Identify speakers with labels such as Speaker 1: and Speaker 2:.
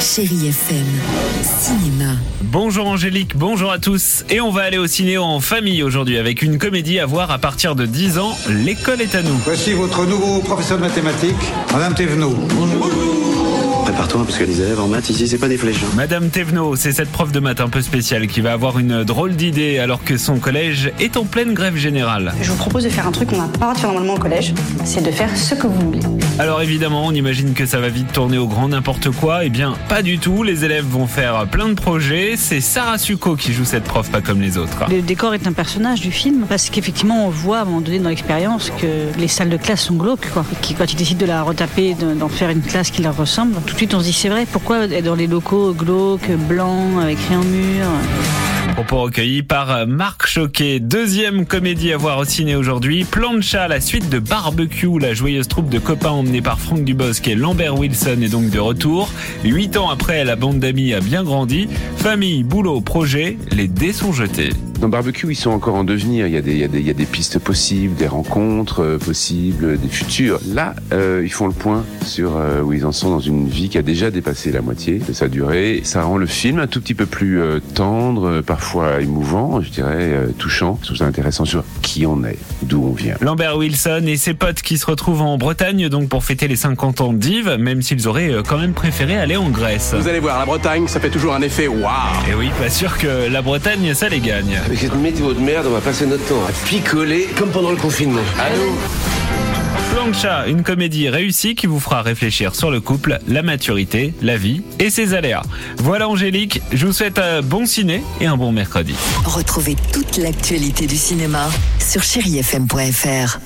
Speaker 1: Chérie FM, cinéma.
Speaker 2: Bonjour Angélique, bonjour à tous. Et on va aller au ciné en famille aujourd'hui avec une comédie à voir à partir de 10 ans, L'école est à nous.
Speaker 3: Voici votre nouveau professeur de mathématiques, Madame Thévenot.
Speaker 4: Prépare-toi parce que les élèves en maths ici, c'est pas des flèches. hein.
Speaker 2: Madame Thévenot, c'est cette prof de maths un peu spéciale qui va avoir une drôle d'idée alors que son collège est en pleine grève générale.
Speaker 5: Je vous propose de faire un truc qu'on n'a pas le droit de faire normalement au collège, c'est de faire ce que vous voulez.
Speaker 2: Alors évidemment, on imagine que ça va vite tourner au grand n'importe quoi. Eh bien, pas du tout. Les élèves vont faire plein de projets. C'est Sarah Succo qui joue cette prof, pas comme les autres.
Speaker 6: Le décor est un personnage du film parce qu'effectivement on voit à un moment donné dans l'expérience que les salles de classe sont glauques quoi. Et qui, quand ils décident de la retaper, de- d'en faire une classe qui leur ressemble, tout de suite on se dit c'est vrai, pourquoi être dans les locaux glauques, blancs, avec rien au mur
Speaker 2: Propos recueillis par euh, Marc Choquet. Deuxième comédie à voir au ciné aujourd'hui. Plancha, la suite de Barbecue, la joyeuse troupe de copains emmenée par Franck Dubosc et Lambert Wilson est donc de retour. Huit ans après, la bande d'amis a bien grandi. Famille, boulot, projet, les dés sont jetés.
Speaker 7: Dans Barbecue, ils sont encore en devenir. Il y a des, il y a des, il y a des pistes possibles, des rencontres euh, possibles, des futurs. Là, euh, ils font le point sur euh, où ils en sont dans une vie qui a déjà dépassé la moitié de sa durée. Ça rend le film un tout petit peu plus euh, tendre, euh, parfois émouvant, je dirais, euh, touchant. Je trouve ça intéressant sur qui on est, d'où on vient.
Speaker 2: Lambert Wilson et ses potes qui se retrouvent en Bretagne donc pour fêter les 50 ans d'Yves, même s'ils auraient euh, quand même préféré aller en Grèce.
Speaker 8: Vous allez voir, la Bretagne, ça fait toujours un effet waouh
Speaker 2: Et oui, pas sûr que la Bretagne, ça les gagne.
Speaker 9: Avec cette météo de merde, on va passer notre temps à picoler comme pendant le confinement.
Speaker 2: Plancha, une comédie réussie qui vous fera réfléchir sur le couple, la maturité, la vie et ses aléas. Voilà Angélique, je vous souhaite un bon ciné et un bon mercredi.
Speaker 1: Retrouvez toute l'actualité du cinéma sur chérifm.fr.